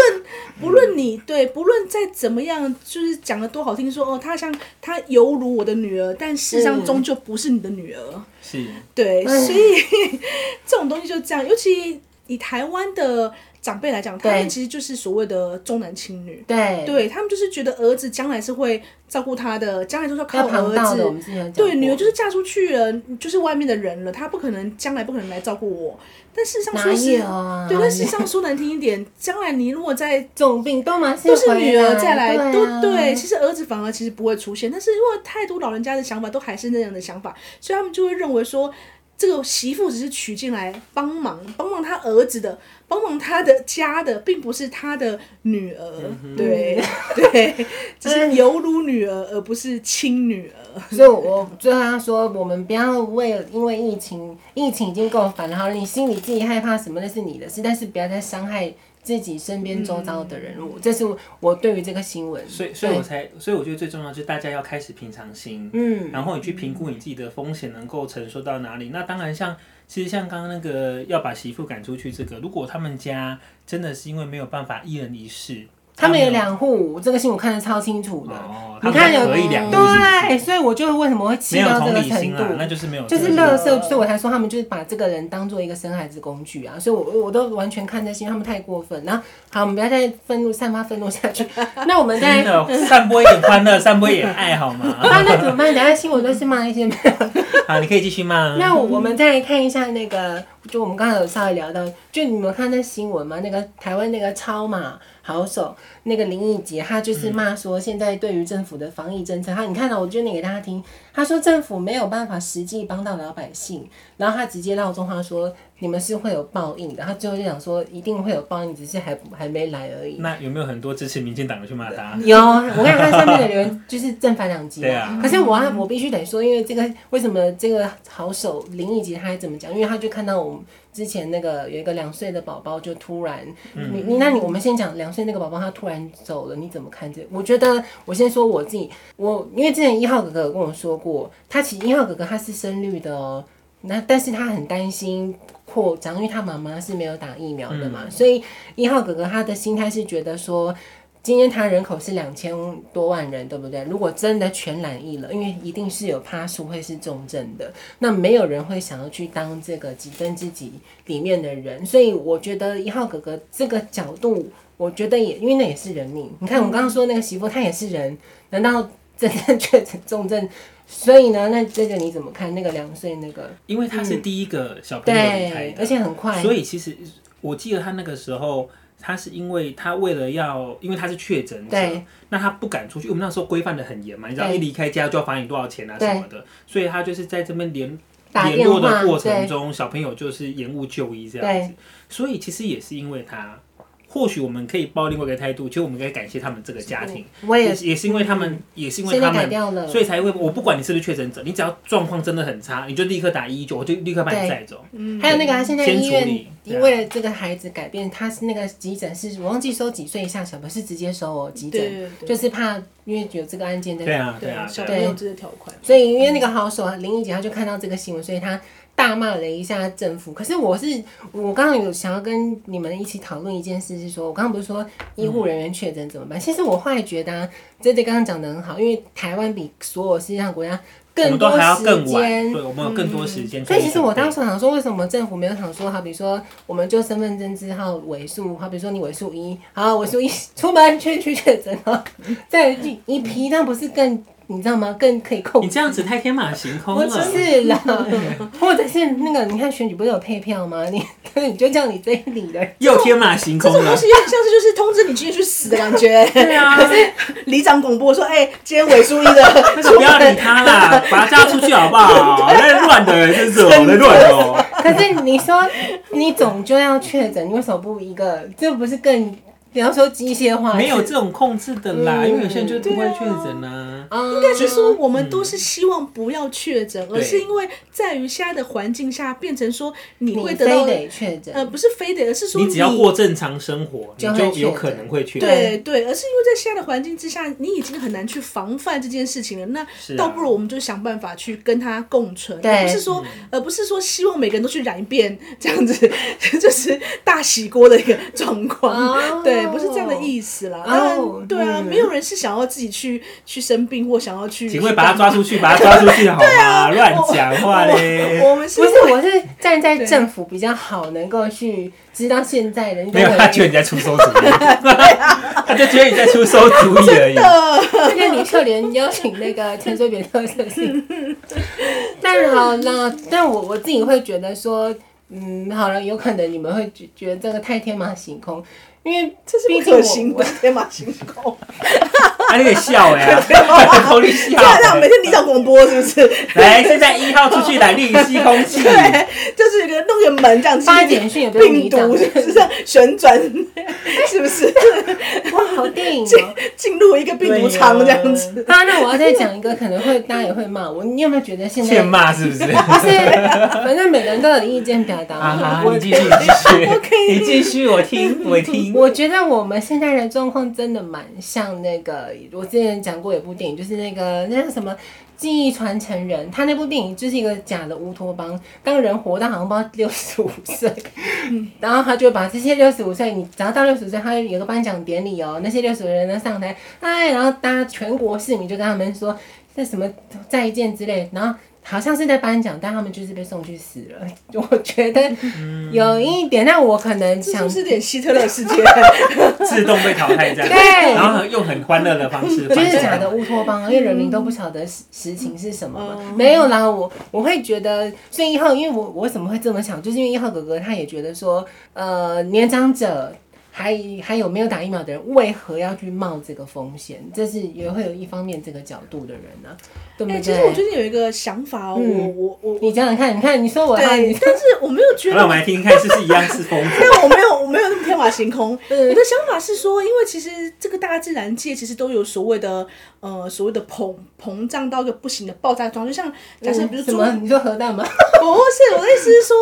Speaker 3: 不论你对，不论再怎么样，就是讲的多好听说哦，她像她犹如我的女儿，但事实上
Speaker 1: 嗯
Speaker 3: 终究不是你的女儿。
Speaker 2: 是，
Speaker 3: 对，
Speaker 1: 哎
Speaker 3: 所以 (laughs) 这种东西就这样，尤其以台湾的长辈来讲，他们
Speaker 1: 对
Speaker 3: 其实就是所谓的重男轻女。
Speaker 1: 对，
Speaker 3: 对他们就是觉得儿子将来是会照顾他的，将来就是要
Speaker 1: 要
Speaker 3: 靠
Speaker 1: 旁
Speaker 3: 儿
Speaker 1: 道
Speaker 3: 子
Speaker 1: 的，我们之前有讲过
Speaker 3: 对，女儿就是嫁出去了，就是外面的人了，她不可能将来不可能来照顾我。但事实上
Speaker 1: 哪
Speaker 3: 说是，
Speaker 1: 有啊？
Speaker 3: 对，但事实上说难听一点，将来你如果在
Speaker 1: 重病都嘛是
Speaker 3: 都是
Speaker 1: 回
Speaker 3: 女儿再来，
Speaker 1: 啊
Speaker 3: 都对，其实儿子反而其实不会出现。但是因为太多老人家的想法都还是那样的想法，所以他们就会认为说。这个媳妇只是娶进来帮忙，帮忙他儿子的，帮忙他的家的，并不是他的女儿。
Speaker 1: 嗯
Speaker 3: 对 (laughs) 对，只是犹如女儿，而不是亲女儿。
Speaker 1: (laughs) 所以我最后要说，我们不要为了因为疫情，疫情已经够烦了。好了，你心里自己害怕什么，那是你的事，但是不要再伤害自己身边周遭的人。我这是我对于这个新闻，
Speaker 2: 所以所以我
Speaker 1: 对
Speaker 2: 才，所以我觉得最重要就是大家要开始平常心，
Speaker 1: 嗯，
Speaker 2: 然后你去评估你自己的风险能够承受到哪里。那当然像，其实像刚刚那个要把媳妇赶出去这个，如果他们家真的是因为没有办法一人一室，
Speaker 1: 他们有两户，这个新闻看得超清楚的。
Speaker 2: 哦，
Speaker 1: 你
Speaker 2: 他们
Speaker 1: 看有
Speaker 2: 可以两户是
Speaker 1: 对，所以我就为什么会
Speaker 2: 没
Speaker 1: 气
Speaker 2: 有
Speaker 1: 到这
Speaker 2: 同
Speaker 1: 个
Speaker 2: 理
Speaker 1: 程
Speaker 2: 心啦
Speaker 1: 度，，
Speaker 2: 那就是没有
Speaker 1: 就是
Speaker 2: 同理
Speaker 1: 垃
Speaker 2: 心
Speaker 1: 圾，所以我才说他们就是把这个人当做一个生孩子工具啊，所以我我都完全看在心，他们太过分。然后好，我们不要再愤怒散发愤怒下 (laughs) 去，那我们再 (laughs)
Speaker 2: 真的散播一点欢乐，散播一点爱好吗？
Speaker 1: 啊，那怎么办？等一下新闻都是骂一些没有。
Speaker 2: (laughs) 好，你可以继续骂。
Speaker 1: (laughs) 那我们再来看一下那个，就我们刚才有稍微聊到，就你们有看那新闻吗？那个台湾那个超马好手那个林奕杰，他就是骂说现在对于政府的防疫政策，他你看到我就念给大家听，他说政府没有办法实际帮到老百姓，然后他直接闹钟他说你们是会有报应的，他最后就想说一定会有报应，只是还还没来而已。
Speaker 2: 那有没有很多支持民进党的去骂他？
Speaker 1: 有，我看他上面的留言就是正反两极嘛。
Speaker 2: 对啊
Speaker 1: 可是我要我必须得说，因为这个为什么这个好手林奕杰他还怎么讲？因为他就看到我们之前那个有一个两岁的宝宝就突然，
Speaker 2: 嗯
Speaker 1: 你你那你我们先讲两岁那个宝宝他突然走了，你怎么看这？我觉得我先说我自己，我因为之前一号哥哥有跟我说过，他其实一号哥哥他是深绿的哦，那但是他很担心扩张，因为他妈妈是没有打疫苗的嘛，
Speaker 2: 嗯
Speaker 1: 所以一号哥哥他的心态是觉得说。今天他人口是两千多万人，对不对？如果真的全染疫了，因为一定是有趴数会是重症的，那没有人会想要去当这个几分之几里面的人，所以我觉得一号哥哥这个角度，我觉得也因为那也是人命。你看我刚刚说那个媳妇，她也是人，难道真的确诊重症？所以呢，那这个你怎么看？那个两岁那个，
Speaker 2: 因为他是第一个小朋友离开
Speaker 1: 嗯对，
Speaker 2: 的，
Speaker 1: 而且很快，
Speaker 2: 所以其实我记得他那个时候，他是因为他为了要，因为他是确诊者
Speaker 1: 对，
Speaker 2: 那他不敢出去。我们那时候规范的很严嘛，你知道
Speaker 1: 对
Speaker 2: 一离开家就要罚你多少钱啊
Speaker 1: 对
Speaker 2: 什么的，所以他就是在这边联
Speaker 1: 打
Speaker 2: 联
Speaker 1: 电
Speaker 2: 络
Speaker 1: 话
Speaker 2: 的过程
Speaker 1: 对
Speaker 2: 中，小朋友就是延误就医这样子。所以其实也是因为他，或许我们可以抱另外一个态度，其实我们该感谢他们这个家庭，
Speaker 1: 我也嗯
Speaker 2: 也也是因为他们，也是因为
Speaker 1: 现在
Speaker 2: 他
Speaker 1: 改
Speaker 2: 们。
Speaker 1: 掉了，
Speaker 2: 所以才会，我不管你是不是确诊者，你只要状况真的很差，你就立刻打一一九，我就立刻把你
Speaker 1: 对
Speaker 2: 载走。
Speaker 3: 嗯，
Speaker 1: 还有那个、啊、现在
Speaker 2: 先
Speaker 1: 医
Speaker 2: 处
Speaker 1: 院
Speaker 2: 理对
Speaker 1: 因
Speaker 2: 啊
Speaker 1: 为这个孩子改变，他是那个急诊是我忘记收几岁以下小朋友是直接收哦，急诊
Speaker 3: 对对
Speaker 1: 就是怕因为有这个案件在
Speaker 2: 对啊，
Speaker 3: 对
Speaker 2: 对
Speaker 3: 啊，
Speaker 2: 啊，
Speaker 3: 小
Speaker 2: 对啊
Speaker 3: 朋友这个条款，
Speaker 1: 所以因为那个好手啊林怡姐，她就看到这个新闻，所以她大骂了一下政府。可是我是我刚刚有想要跟你们一起讨论一件事，是说我刚刚不是说医护人员确诊怎么
Speaker 3: 嗯
Speaker 1: 办？其实我后来觉得、啊，这对刚刚讲的很好，因为台湾比所有世界上国家
Speaker 2: 我
Speaker 1: 更
Speaker 2: 们都
Speaker 1: 多
Speaker 2: 还要
Speaker 1: 时
Speaker 2: 更晚，
Speaker 1: 间。嗯
Speaker 2: 对，我们有更多时间可
Speaker 1: 所
Speaker 2: 准备。
Speaker 1: 以其实我当时想说，为什么政府没有想说，好比说，我们就身份证字号尾数，好比说你尾数一，好尾数一 (laughs) 出门去去确诊啊，再一一批，那不是更你知道吗？更可以控制
Speaker 2: 你。这样子太天马行空
Speaker 1: 不
Speaker 2: 了。
Speaker 1: 是啦， (laughs) 或者是那个，你看选举不是有配票吗？你你就叫你这一里的人，
Speaker 3: (laughs)
Speaker 2: 又天马行
Speaker 3: 这
Speaker 2: 空
Speaker 3: 种东
Speaker 2: 了
Speaker 3: 西。有点像是就是通知你今天去死的感觉。 (laughs)
Speaker 2: 对啊，
Speaker 3: 里长广播说，哎、今天尾数一的，
Speaker 2: 那
Speaker 3: (laughs)
Speaker 2: 个不要理他啦，把他叫出去好
Speaker 1: (laughs)
Speaker 2: 不好？那乱的人真是我在乱的哦。
Speaker 1: 可是你说 (laughs) 你总就要确诊，你为什么不一个？这不是更你要说机械化？
Speaker 2: (laughs) 没有这种控制的啦，
Speaker 1: 嗯
Speaker 2: 因为有些人就是不会确诊啊。
Speaker 1: 啊，应
Speaker 3: 应该是说我们都是希望不要确诊，而
Speaker 2: 对
Speaker 3: 是因为在于现在的环境下变成说你
Speaker 1: 你
Speaker 3: 会
Speaker 1: 非
Speaker 3: 得到，
Speaker 1: 得确诊，
Speaker 3: 呃，不是非得，而是说
Speaker 2: 你只要过正常生活，你
Speaker 1: 啊就会
Speaker 2: 就有
Speaker 1: 确
Speaker 2: 可
Speaker 1: 诊
Speaker 2: 能会确诊。
Speaker 3: 对对，而是因为在现在的环境之下，你已经很难去防范这件事情了。那
Speaker 2: 是啊
Speaker 3: 倒不如我们就想办法去跟它共存，
Speaker 1: 对
Speaker 3: 而不是说，而不是说希望每个人都去染一遍这样子， (laughs) 就是大洗锅的一个状况。
Speaker 1: 哦
Speaker 3: 对，不是这样的意思啦。当
Speaker 1: 哦
Speaker 3: 然，对啊，
Speaker 1: 嗯
Speaker 3: 没有人是想要自己去去生病或想要去。
Speaker 2: 请问把他抓出去，把他抓出去好
Speaker 1: 啊
Speaker 2: 吗？乱讲话嘞！
Speaker 3: 我我们是
Speaker 1: 不是，我是站在政府比较好，能够去知道现在人
Speaker 2: 没有，他觉得你在出馊主意，
Speaker 1: 啊
Speaker 2: (laughs) 他就觉得你在出馊主意而已。
Speaker 1: 这个李秀莲邀请那个陈水扁特
Speaker 3: (laughs)
Speaker 1: 色性，但好了，但我我自己会觉得说，嗯，好了，有可能你们会觉觉得这个太天马行空，因为
Speaker 3: 这是
Speaker 1: 毕
Speaker 3: 不
Speaker 1: 竟
Speaker 3: 可行
Speaker 1: 我
Speaker 3: 的，天马行 (laughs) 空。
Speaker 2: (laughs) 他那个笑哎，他口里笑
Speaker 3: 这样让每
Speaker 2: 欸。
Speaker 3: 天你讲广播是
Speaker 1: (laughs)
Speaker 3: 不是？
Speaker 2: (laughs) 来，现在一号出去来练吸空气，
Speaker 3: 对，就是一个弄个门这样，
Speaker 1: 发简讯也不用
Speaker 3: 病
Speaker 1: 你挡
Speaker 3: 毒是不是这样旋转？是
Speaker 1: (laughs)
Speaker 3: 不是
Speaker 1: 哇，好电影哦。
Speaker 3: 进入一个病毒舱这样子？
Speaker 1: 啊，那我要再讲一个，可能会大家也会骂我，你有没有觉得现在
Speaker 2: 欠骂是不是？
Speaker 1: 不是，反正每个人都有意见表达
Speaker 2: 啊
Speaker 1: 嘛。
Speaker 2: 哈，
Speaker 1: 我
Speaker 2: 你继续，你继续，你继续，我听，我
Speaker 3: (laughs)
Speaker 2: 听。
Speaker 1: 我觉得我们现在的状况真的蛮像那个，我之前讲过有部电影，就是那个那叫什么《记忆传承人》，他那部电影就是一个假的乌托邦，当人活到好像不知道六十五
Speaker 3: (laughs)
Speaker 1: 岁，
Speaker 3: 嗯
Speaker 1: 然后他就把这些六十五岁，你只要到六十岁，他有个颁奖典礼哦，那些六十人呢上台，哎，然后大家全国市民就跟他们说这什么再见之类，然后。好像是在颁奖，但他们就是被送去死了。 (laughs) 我觉得有一点，但我可能
Speaker 3: 嗯这是
Speaker 1: 想
Speaker 3: 不是有点希特勒世
Speaker 1: (laughs)
Speaker 3: 界？
Speaker 2: 自动被淘汰这样，
Speaker 1: 对
Speaker 2: 然后用很欢乐的方式，
Speaker 1: 就是假的，乌托邦啊，因为人民都不晓得实实情是什么嘛。
Speaker 3: 嗯
Speaker 1: 没有啦，我我会觉得，所以一号，因为我我为什么会这么想，就是因为一号哥哥他也觉得说，呃，年长者。还还有没有打疫苗的人，为何要去冒这个风险？这是也会有一方面这个角度的人呢、啊，对不
Speaker 3: 哎，
Speaker 1: 对？
Speaker 3: 其实我最近有一个想法哦，我
Speaker 1: 嗯
Speaker 3: 我我。
Speaker 1: 你想想看，你看你说我，你
Speaker 3: 对，但是我没有觉
Speaker 2: 好
Speaker 3: 得
Speaker 2: 了，我们来听听看是不是一样是疯子。
Speaker 3: 但我没有，我没有那么天马
Speaker 1: (laughs)
Speaker 3: 行空。
Speaker 1: 嗯
Speaker 3: 我的想法是说，因为其实这个大自然界其实都有所谓的呃所谓的膨膨胀到一个不行的爆炸状态，就像假设比如
Speaker 1: 嗯什
Speaker 3: 说
Speaker 1: 么？你说核弹吗？
Speaker 3: (laughs) 不是，我的意思是说，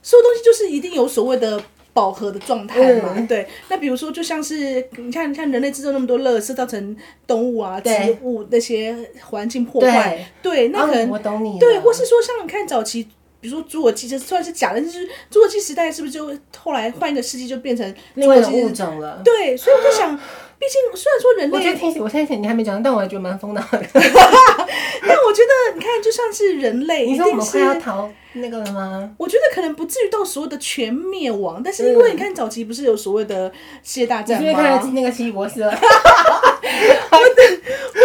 Speaker 3: 所有东西就是一定有所谓的。饱和的状态嘛，
Speaker 1: 嗯
Speaker 3: 对。那比如说，就像是你看，你看人类制造那么多垃圾，造成动物啊、植
Speaker 1: 对
Speaker 3: 物那些环境破坏，对，那可能、
Speaker 1: 哦我懂你了。
Speaker 3: 对，或是说像你看早期比如说侏罗纪，这虽然是假的，但是侏罗纪时代是不是就后来换一个世纪就变成
Speaker 1: 另外一种物种了。
Speaker 3: 对，所以我在想，
Speaker 1: (laughs)
Speaker 3: 毕竟虽然说人
Speaker 1: 我觉
Speaker 3: 类
Speaker 1: 得听起，我现在你还没讲，但我还觉得蛮疯的。
Speaker 3: 但我觉得你看，就像是人类，
Speaker 1: 你
Speaker 3: 一
Speaker 1: 说我
Speaker 3: 定
Speaker 1: 们
Speaker 3: 是
Speaker 1: 快要逃那个了吗？
Speaker 3: 我觉得可能不至于到所谓的全灭亡，但是因为你看早期不是有所谓的世界大
Speaker 1: 嗯你是
Speaker 3: 战
Speaker 1: 不是看了
Speaker 3: 吗？
Speaker 1: 那个奇异博士了？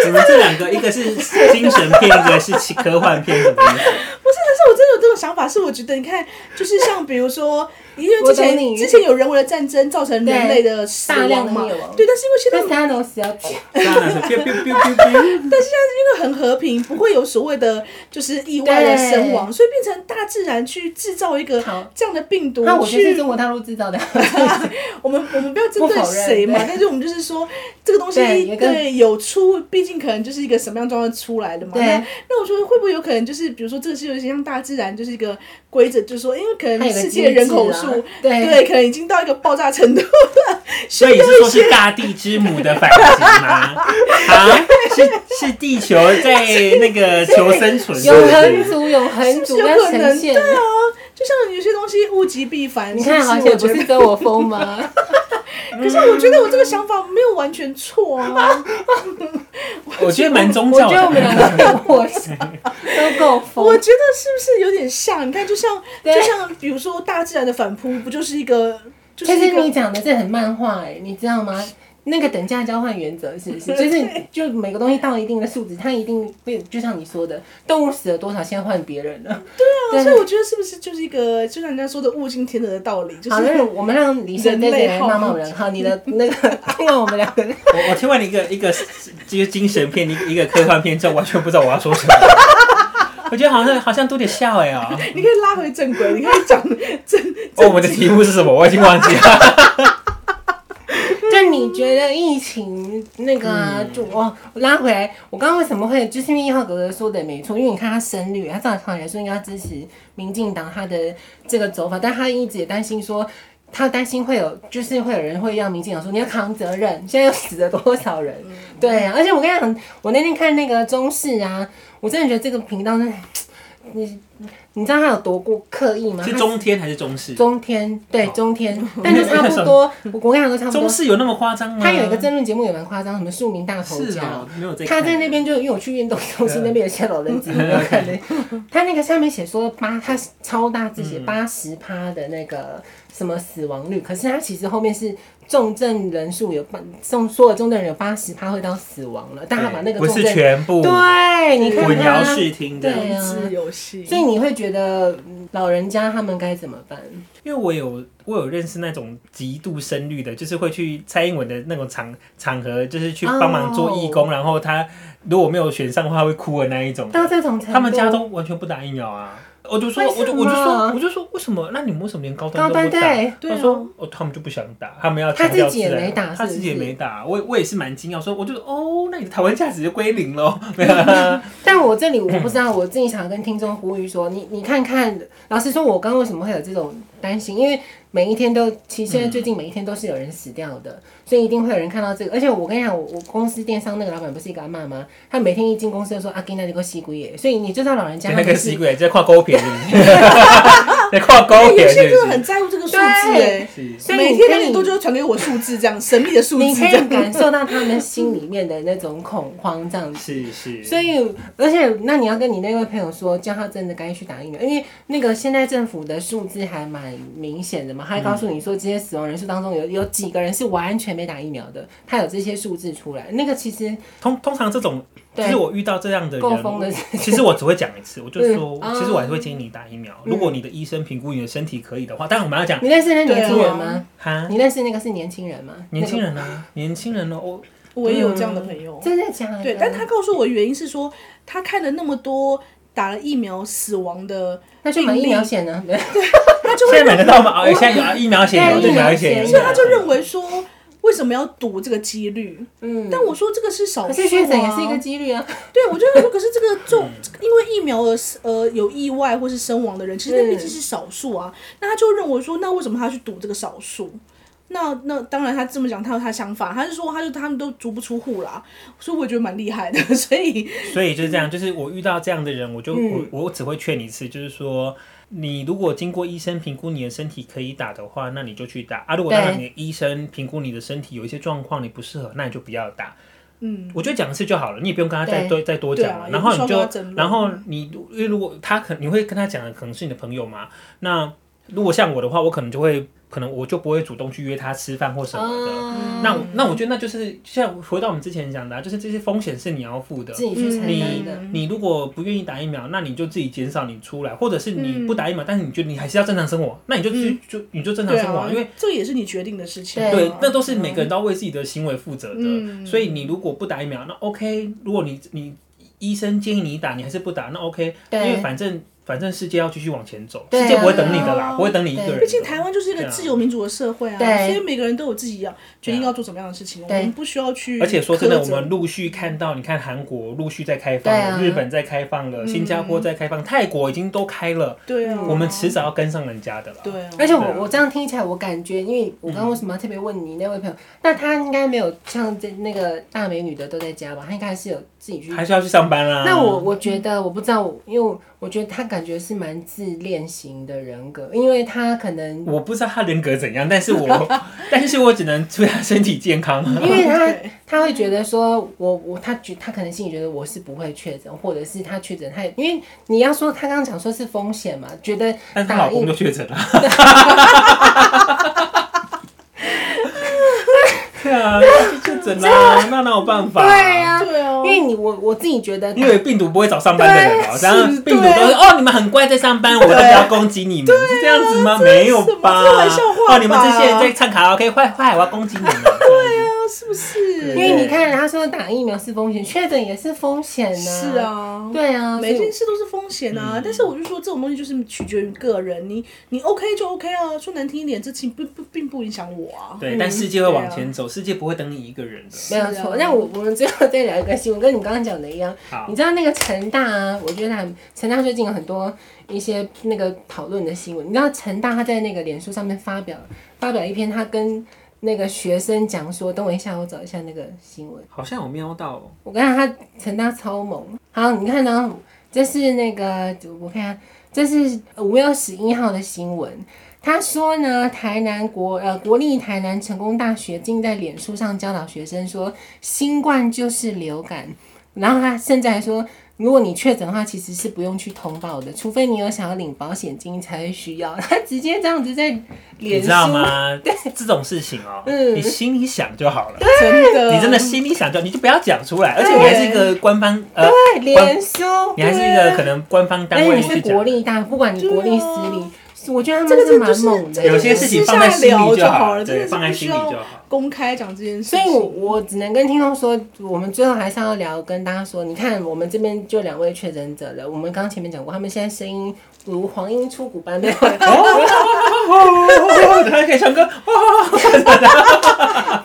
Speaker 2: 你们这两个，一个是精神片，一个是科幻片，什么意思？
Speaker 3: 不是，但是我真的有这种想法，是我觉得你看，就是像比
Speaker 1: (laughs)
Speaker 3: 如说，因为之
Speaker 1: 我
Speaker 3: 前
Speaker 1: 懂你
Speaker 3: 之前有人为的战争造成人类的死
Speaker 1: 大量的
Speaker 3: 亡嘛，
Speaker 1: 灭亡
Speaker 3: 对，但是因为现在
Speaker 1: 但是他都死要去，
Speaker 2: 当然是 biu biu biu biu biu。
Speaker 3: 但是现在因为很和平，不会有所谓的就是意外的身亡，所以变成大自然去制造一个
Speaker 1: 好
Speaker 3: 这样的病毒
Speaker 1: 那我觉得是
Speaker 3: 去。
Speaker 1: 中国大陆制造的。
Speaker 3: 我们我们不要针
Speaker 1: 不
Speaker 3: 对
Speaker 1: 否认
Speaker 3: 谁嘛
Speaker 1: 对，
Speaker 3: 但是我们就是说这个东西
Speaker 1: 对有一个
Speaker 3: 对有出，毕竟可能就是一个什么样状况出来的嘛。
Speaker 1: 对
Speaker 3: 那那我觉得会不会有可能就是比如说这个是有点像大自然就是一个规则，就是说因为可
Speaker 1: 它
Speaker 3: 能
Speaker 1: 有个
Speaker 3: 世界人口
Speaker 1: 机
Speaker 3: 数
Speaker 1: 制啊对
Speaker 3: 对可能已经到一个爆
Speaker 1: (laughs)
Speaker 3: 炸程度了，需
Speaker 2: 所
Speaker 3: 要
Speaker 2: 以你是
Speaker 3: 一
Speaker 2: 说
Speaker 3: 些
Speaker 2: 是大地之母的反击吗？啊，是是地球在那个求生存，是
Speaker 1: 永
Speaker 2: 不
Speaker 1: 恒
Speaker 2: 是？
Speaker 1: 族，永恒
Speaker 3: 是
Speaker 1: 族
Speaker 3: 有
Speaker 1: 要呈
Speaker 3: 可能对
Speaker 1: 现。
Speaker 3: 啊，就像有些东西物极必反，
Speaker 1: 你看，
Speaker 3: 是
Speaker 1: 好
Speaker 3: 不是
Speaker 1: 险
Speaker 3: 我
Speaker 1: 不
Speaker 3: 觉得
Speaker 1: 是跟我疯吗？
Speaker 3: 可是我觉得我这个想法没有完全错啊，
Speaker 2: 我觉得蛮宗
Speaker 1: 我
Speaker 2: 教
Speaker 1: 觉得我们两
Speaker 2: 的。
Speaker 1: 个都过上都够
Speaker 3: 我 (laughs)
Speaker 1: 疯。
Speaker 3: 觉得是不是有点像？你看，就像
Speaker 1: 对
Speaker 3: 就像比如说大自然的反扑，不就是一个就是
Speaker 1: 但
Speaker 3: 一
Speaker 1: 是你
Speaker 3: 个
Speaker 1: 讲的这很漫画哎、你知道吗？那个等价交换原则是不
Speaker 3: (laughs)
Speaker 1: 是？就是就每个东西到一定的数值，它一定会就像你说的，动物死了多少先换别人了。
Speaker 3: 对
Speaker 1: 对
Speaker 3: 啊，所以我觉得是不是就是一一个就像人家说的物竞天择的道理，就
Speaker 1: 好，
Speaker 3: 是
Speaker 1: 那我们让李生在这里来骂骂我们两个。好，你
Speaker 3: (laughs)
Speaker 1: 的那个，听完我们两个，
Speaker 2: (laughs) 我我听完一个一个一个精神片，一个一个科幻片之后，完全不知道我要说什么。 (laughs) 我觉得好像好像多点笑哎啊！
Speaker 3: 你可以拉回正轨，你可以讲正
Speaker 2: 哦，我们的题目是什么？我已经忘记了。 (laughs)
Speaker 1: (laughs) 就你觉得疫情那个啊、
Speaker 2: 嗯
Speaker 1: 就哦，我拉回来，我刚刚为什么会就是因为一号哥哥说的也没错，因为你看他深绿，他照常来说应该要支持民进党他的这个走法，但他一直也担心说。他担心会有，就是会有人会让民进党说你要扛责任，现在又死了多少人？
Speaker 2: 嗯
Speaker 1: 对啊，而且我跟你讲，我那天看那个中视啊，我真的觉得这个频道真的， (sighs) 你你知道他有多过刻意吗？
Speaker 2: 是
Speaker 1: 他
Speaker 2: 中天还是中视？
Speaker 1: 中天，
Speaker 2: (laughs)
Speaker 1: 对中天，但是差不多，我跟你讲都差不
Speaker 2: 中
Speaker 1: 多。
Speaker 2: 视有那么夸张吗？
Speaker 1: 他有一个争论节目也蛮夸张，什么庶民大头
Speaker 2: 嗯是
Speaker 1: 家
Speaker 2: 啊
Speaker 1: 哦。，
Speaker 2: 没有在看。
Speaker 1: 他在那边就因为我去运动中心那边有些老
Speaker 2: (laughs)
Speaker 1: 人机，我有看的。他那个上面写说八，他超大字
Speaker 2: 嗯
Speaker 1: 写八十趴的那个什么死亡率，可是他其实后面是重症人数有八，重所有重症人有八十趴会到死亡了，但他把那个
Speaker 2: 不
Speaker 1: 重
Speaker 2: 是
Speaker 1: 症
Speaker 2: 全部
Speaker 1: 对，你看
Speaker 2: 混
Speaker 1: 他，
Speaker 2: 淆视听的。
Speaker 1: 对啊
Speaker 3: 字游戏
Speaker 1: 所。以你会觉得嗯老人家他们该怎么办？
Speaker 2: 因为我有我有认识那种极度深绿的，就是会去蔡英文的那种场场合，就是去帮忙做义
Speaker 1: 哦
Speaker 2: 工然后他如果没有选上的话会哭的那一种，
Speaker 1: 到这种程度，
Speaker 2: 他们家都完全不打疫苗啊。我就说，
Speaker 1: 为什么
Speaker 2: 我就我就说，我就说，为什么？那你们为什么连高端
Speaker 1: 高
Speaker 2: 都不
Speaker 1: 端
Speaker 2: 打？
Speaker 1: 对，
Speaker 3: 对
Speaker 2: 他
Speaker 3: 啊，
Speaker 2: 说，哦，他们就不想打，他们要
Speaker 1: 他
Speaker 2: 强调
Speaker 1: 自己也
Speaker 2: 自然
Speaker 1: 没打
Speaker 2: 他自己也
Speaker 1: 是不是
Speaker 2: 没打。我我也是蛮惊讶，说，我就哦，那你的台湾价值就归
Speaker 1: (laughs)
Speaker 2: 零喽。没有啦
Speaker 1: 但我这里我不知道，我自己想跟听众呼吁说，你你看看，老实说，我刚刚为什么会有这种担心？因为每一天都，其实现在最近每一天都是有人死掉的，所以一定会有人看到这个。而且我跟你讲，我我公司电商那个老板不是一个阿嬷吗？他每天一进公司就说阿金啊那这个西龟耶，所以你就知道老人家
Speaker 2: 那
Speaker 1: 他
Speaker 2: 个
Speaker 1: 们
Speaker 2: 死
Speaker 1: 是
Speaker 2: 鬼在跨高频，是不是在跨高
Speaker 3: 哎
Speaker 2: 频，
Speaker 3: 有些
Speaker 2: 是
Speaker 3: 人真
Speaker 2: 不是
Speaker 3: 的很在乎这个数字哎，
Speaker 2: 是？
Speaker 1: 所以
Speaker 3: 每
Speaker 1: 你
Speaker 3: 天
Speaker 1: 可
Speaker 3: 很
Speaker 1: 以
Speaker 3: 多就传给我数字这样神秘的数
Speaker 1: 你
Speaker 3: 字
Speaker 1: 可
Speaker 3: 这
Speaker 1: 以
Speaker 3: 样。
Speaker 1: 感受到他们心里面的那种恐慌，这样子。
Speaker 2: 是是，
Speaker 1: 所以，而且，那你要跟你那位朋友说，叫他真的该去打疫苗，因为那个现在政府的数字还蛮明显的嘛，他还告诉你说，这些死亡人数当中有有几个人是完全没打疫苗的，他有这些数字出来，那个其实
Speaker 2: 通通常这种，
Speaker 1: 对
Speaker 2: 就是我遇到这样的
Speaker 1: 够疯
Speaker 2: 人，
Speaker 1: 的事情。
Speaker 2: 其实我只会讲一次，我就说
Speaker 1: 嗯，
Speaker 2: 其实我还是会建议你打疫苗。
Speaker 1: 嗯
Speaker 2: 如果你的医生评估你的身体可以的话，当然我们要讲
Speaker 1: 你认识那年轻人
Speaker 3: 对
Speaker 1: 吗？
Speaker 2: 哈，
Speaker 1: 你认识那个是年轻人吗？
Speaker 2: 年轻人啊呢，年轻人呢，哦我
Speaker 3: 我也有这样的朋友
Speaker 1: 那个、，真的假的？
Speaker 3: 对，但他告诉我的原因是说，他看了那么多打了疫苗死亡的，
Speaker 1: 那就买疫苗险呢？对
Speaker 3: 他就会
Speaker 2: 现在买得到吗？啊，现在有啊，疫苗
Speaker 3: 哎
Speaker 2: 险有，
Speaker 1: 对
Speaker 2: 疫苗
Speaker 1: 疫苗
Speaker 2: 险
Speaker 1: 险
Speaker 2: 有，
Speaker 3: 所以他就认为说，为什么要赌这个几率？
Speaker 1: 嗯，
Speaker 3: 但我说这个是少数、啊，
Speaker 1: 可是确诊也是一个几率啊。
Speaker 3: 对，我就得说，可是这个重，因为疫苗而死呃有意外或是身亡的人，其实那
Speaker 1: 嗯
Speaker 3: 毕竟是少数啊。那他就认为说，那为什么他去赌这个少数？那那当然，他这么讲，他有他想法，他是说，他就他们都足不出户啦，所以我觉得蛮厉害的。所以
Speaker 2: 所以就是这样，就是我遇到这样的人，我就、
Speaker 3: 嗯
Speaker 2: 我我只会劝你一次，就是说，你如果经过医生评估你的身体可以打的话，那你就去打啊。如果
Speaker 1: 对
Speaker 2: 当然你的医生评估你的身体有一些状况，你不适合，那你就不要打。嗯，我觉得讲一次就好了，你也不用跟他再多再多
Speaker 3: 对
Speaker 2: 讲了。
Speaker 3: 啊也
Speaker 2: 然
Speaker 3: 不
Speaker 2: 后
Speaker 3: 需要
Speaker 2: 你
Speaker 3: 跟
Speaker 2: 就
Speaker 3: 他争论
Speaker 2: 然后你因为如果他可你会跟他讲的可能是你的朋友嘛，那如果像我的话，我可能就会可能我就不会主动去约他吃饭或什么的。
Speaker 1: 哦
Speaker 2: 那我那我觉得那就是就像回到我们之前讲的、啊，就是这些风险是你要付的。
Speaker 1: 自己去承担
Speaker 2: 你
Speaker 1: 的，
Speaker 2: 你如果不愿意打疫苗，那你就自己减少你出来，或者是
Speaker 1: 嗯
Speaker 2: 你不打疫苗，但是你觉得你还是要正常生活，那你就去、就你就正常
Speaker 3: 对
Speaker 2: 生活啊，
Speaker 3: 啊，
Speaker 2: 因为
Speaker 3: 这也是你决定的事情啊。
Speaker 1: 对
Speaker 2: 对，那都是每个人都要为自己的行为负责的。
Speaker 3: 嗯
Speaker 2: 所以你如果不打疫苗，那 OK；如果你你医生建议你打，你还是不打，那 OK，因
Speaker 1: 对
Speaker 2: 为反正反正世界要继续往前走，
Speaker 1: 对啊
Speaker 2: 世界不会等你的啦，不会等你一个
Speaker 1: 对
Speaker 2: 人的。
Speaker 3: 毕竟台湾就是一个
Speaker 2: 对啊啊
Speaker 3: 自由民主的社会啊，
Speaker 1: 对
Speaker 3: 所以每个人都有自己要决定要做什么样的事情，我
Speaker 1: 对
Speaker 3: 们不需要去苛责。
Speaker 2: 而且说真的，我们陆续看到，你看韩国陆续在开放了，
Speaker 1: 嗯对啊嗯
Speaker 2: 日本在开放了，新加坡在开放，泰国已经都开了，
Speaker 3: 对啊，
Speaker 2: 我们迟早要跟上人家的了。
Speaker 3: 对啊，
Speaker 1: 而且
Speaker 2: 对
Speaker 1: 我
Speaker 2: 啊
Speaker 1: 我这样听起来，我感觉，因为我刚刚为什么要特别问你那位朋友，那他应该没有像这那个大美女的都在家吧？他应该还是有自己去。
Speaker 2: 还是要去上班啊啦。
Speaker 1: 那我我觉得我不知道，因为我我觉得他感觉是蛮自恋型的人格，因为他可能
Speaker 2: 我不知道他人格怎样，但是我
Speaker 1: (laughs)
Speaker 2: 但是我只能祝他身体健康。
Speaker 1: 因为他
Speaker 3: 对
Speaker 1: 他会觉得说，我我他觉他可能心里觉得我是不会确诊，或者是他确诊他也，因为你要说他刚刚讲说是风险嘛，觉得
Speaker 2: (laughs) 但是她
Speaker 1: 打
Speaker 2: 老
Speaker 1: 疫
Speaker 2: 公就确诊了。 (laughs) 对
Speaker 1: (laughs)
Speaker 2: 啊，确诊啦，那哪有办法？
Speaker 1: 对呀、
Speaker 3: 对啊
Speaker 1: 因为你我我自己觉得
Speaker 2: 因为病毒不会找上班的人啊，
Speaker 3: 对
Speaker 2: 然后
Speaker 3: 是
Speaker 2: 病毒
Speaker 3: 对啊
Speaker 2: 都是哦，你们很乖在上班，我都不要攻击你们，是这样子吗？没有吧？
Speaker 3: 这是玩笑话吧
Speaker 2: 哦，你们这些人在唱卡拉 OK，坏坏，我要攻击你们。对啊，
Speaker 3: 啊是不是？
Speaker 1: 因为你看他说打疫苗是风险，确诊也是风险呢、
Speaker 3: 是，啊，
Speaker 1: 对啊，
Speaker 3: 每
Speaker 1: 所以
Speaker 3: 件事都是风险
Speaker 2: 嗯
Speaker 3: 啊。但是我就说这种东西就是取决于个人，你你 OK 就 OK 啊。说难听一点，这情不不并不影响我啊。
Speaker 2: 对，但世界会往前走，世界不会等你一个人的。
Speaker 1: 没有
Speaker 3: 是啊
Speaker 1: 错。那我我们最后再聊一个新闻，跟你刚刚讲的一样。
Speaker 2: 好
Speaker 1: 你，知道那个成大啊？我觉得他成大最近有很多一些那个讨论的新闻。你知道成大他在那个脸书上面发表发表一篇，他跟那个学生讲说，等我一下，我找一下那个新闻。
Speaker 2: 好像有瞄到哦，
Speaker 1: 我跟你讲，他成大超猛。好，你看呢、这是那个我看看，这是五月二十一号的新闻。他说呢，台南国呃国立台南成功大学竟在脸书上教导学生说，新冠就是流感。然后他甚至还说，如果你确诊的话，其实是不用去通报的，除非你有想要领保险金才会需要。他直接这样子在
Speaker 2: 你
Speaker 1: 脸
Speaker 2: 知
Speaker 1: 书，
Speaker 2: 道吗？这种事情哦，
Speaker 1: 嗯
Speaker 2: 你心里想就好了。
Speaker 3: 真的，
Speaker 2: 你真的心里想就，你就不要讲出来，而且你还是一个官方，呃，
Speaker 1: 对脸书，
Speaker 2: 你还是一个可能官方单
Speaker 1: 但是
Speaker 2: 位
Speaker 1: 你
Speaker 2: 去
Speaker 1: 是
Speaker 2: 讲
Speaker 1: 国。立大，不管你国立
Speaker 3: 对
Speaker 1: 私
Speaker 3: 啊
Speaker 1: 立，我觉得他
Speaker 3: 这
Speaker 1: 们
Speaker 3: 个
Speaker 1: 是
Speaker 3: 真
Speaker 1: 蛮
Speaker 3: 的就是
Speaker 1: 猛的。
Speaker 2: 有些事情放在心里
Speaker 3: 私下
Speaker 2: 就好
Speaker 3: 聊
Speaker 2: 了，
Speaker 3: 了，真
Speaker 2: 对，
Speaker 3: 的是
Speaker 2: 放在
Speaker 3: 不
Speaker 2: 心
Speaker 3: 需
Speaker 2: 里就
Speaker 3: 要
Speaker 2: 好。
Speaker 3: 公开讲这件事
Speaker 1: 所
Speaker 3: 情。
Speaker 1: 以我，我只能跟听众说，我们最后还是要聊，跟大家说，你看我们这边就两位确诊者了。我们刚刚前面讲过，他们现在声音如黄莺出谷般的， (laughs)
Speaker 2: 哦，还可以唱歌，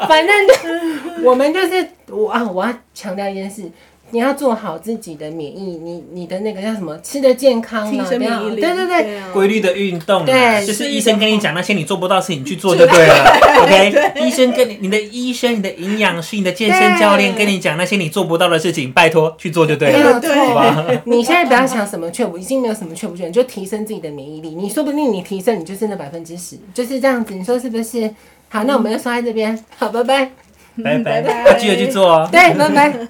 Speaker 1: 反
Speaker 3: (laughs)
Speaker 1: 正就我们就是我啊，我要强调一件事。你要做好自己的免疫，你你的那个叫什么吃的健康
Speaker 3: 提
Speaker 1: 啦，
Speaker 3: 升
Speaker 1: 不
Speaker 3: 免
Speaker 1: 要
Speaker 3: 疫
Speaker 1: 嗯
Speaker 3: 力，
Speaker 1: 对对对，
Speaker 3: 啊
Speaker 2: 规律的运动啊，
Speaker 1: 对
Speaker 2: 就是医生跟你讲那些你做不到的事情，你去做就对了。OK，医生跟你、你的医生、你的营养师、你的健身教练
Speaker 1: 对
Speaker 2: 跟你讲那些你做不到的事情，拜托去做就对
Speaker 1: 没
Speaker 2: 了。
Speaker 1: 有
Speaker 3: 对 (laughs) 好
Speaker 1: 错。你现在不要想什么确不，已经没有什么确不确，你就提升自己的免疫力。你说不定你提升，你就是那百分之十，就是这样子。你说是不
Speaker 3: (laughs)
Speaker 1: 是？好，那我们就说在这边，好，拜拜。
Speaker 2: 拜拜，
Speaker 3: 嗯拜拜
Speaker 2: 要记得去做哦。
Speaker 1: 对，拜拜。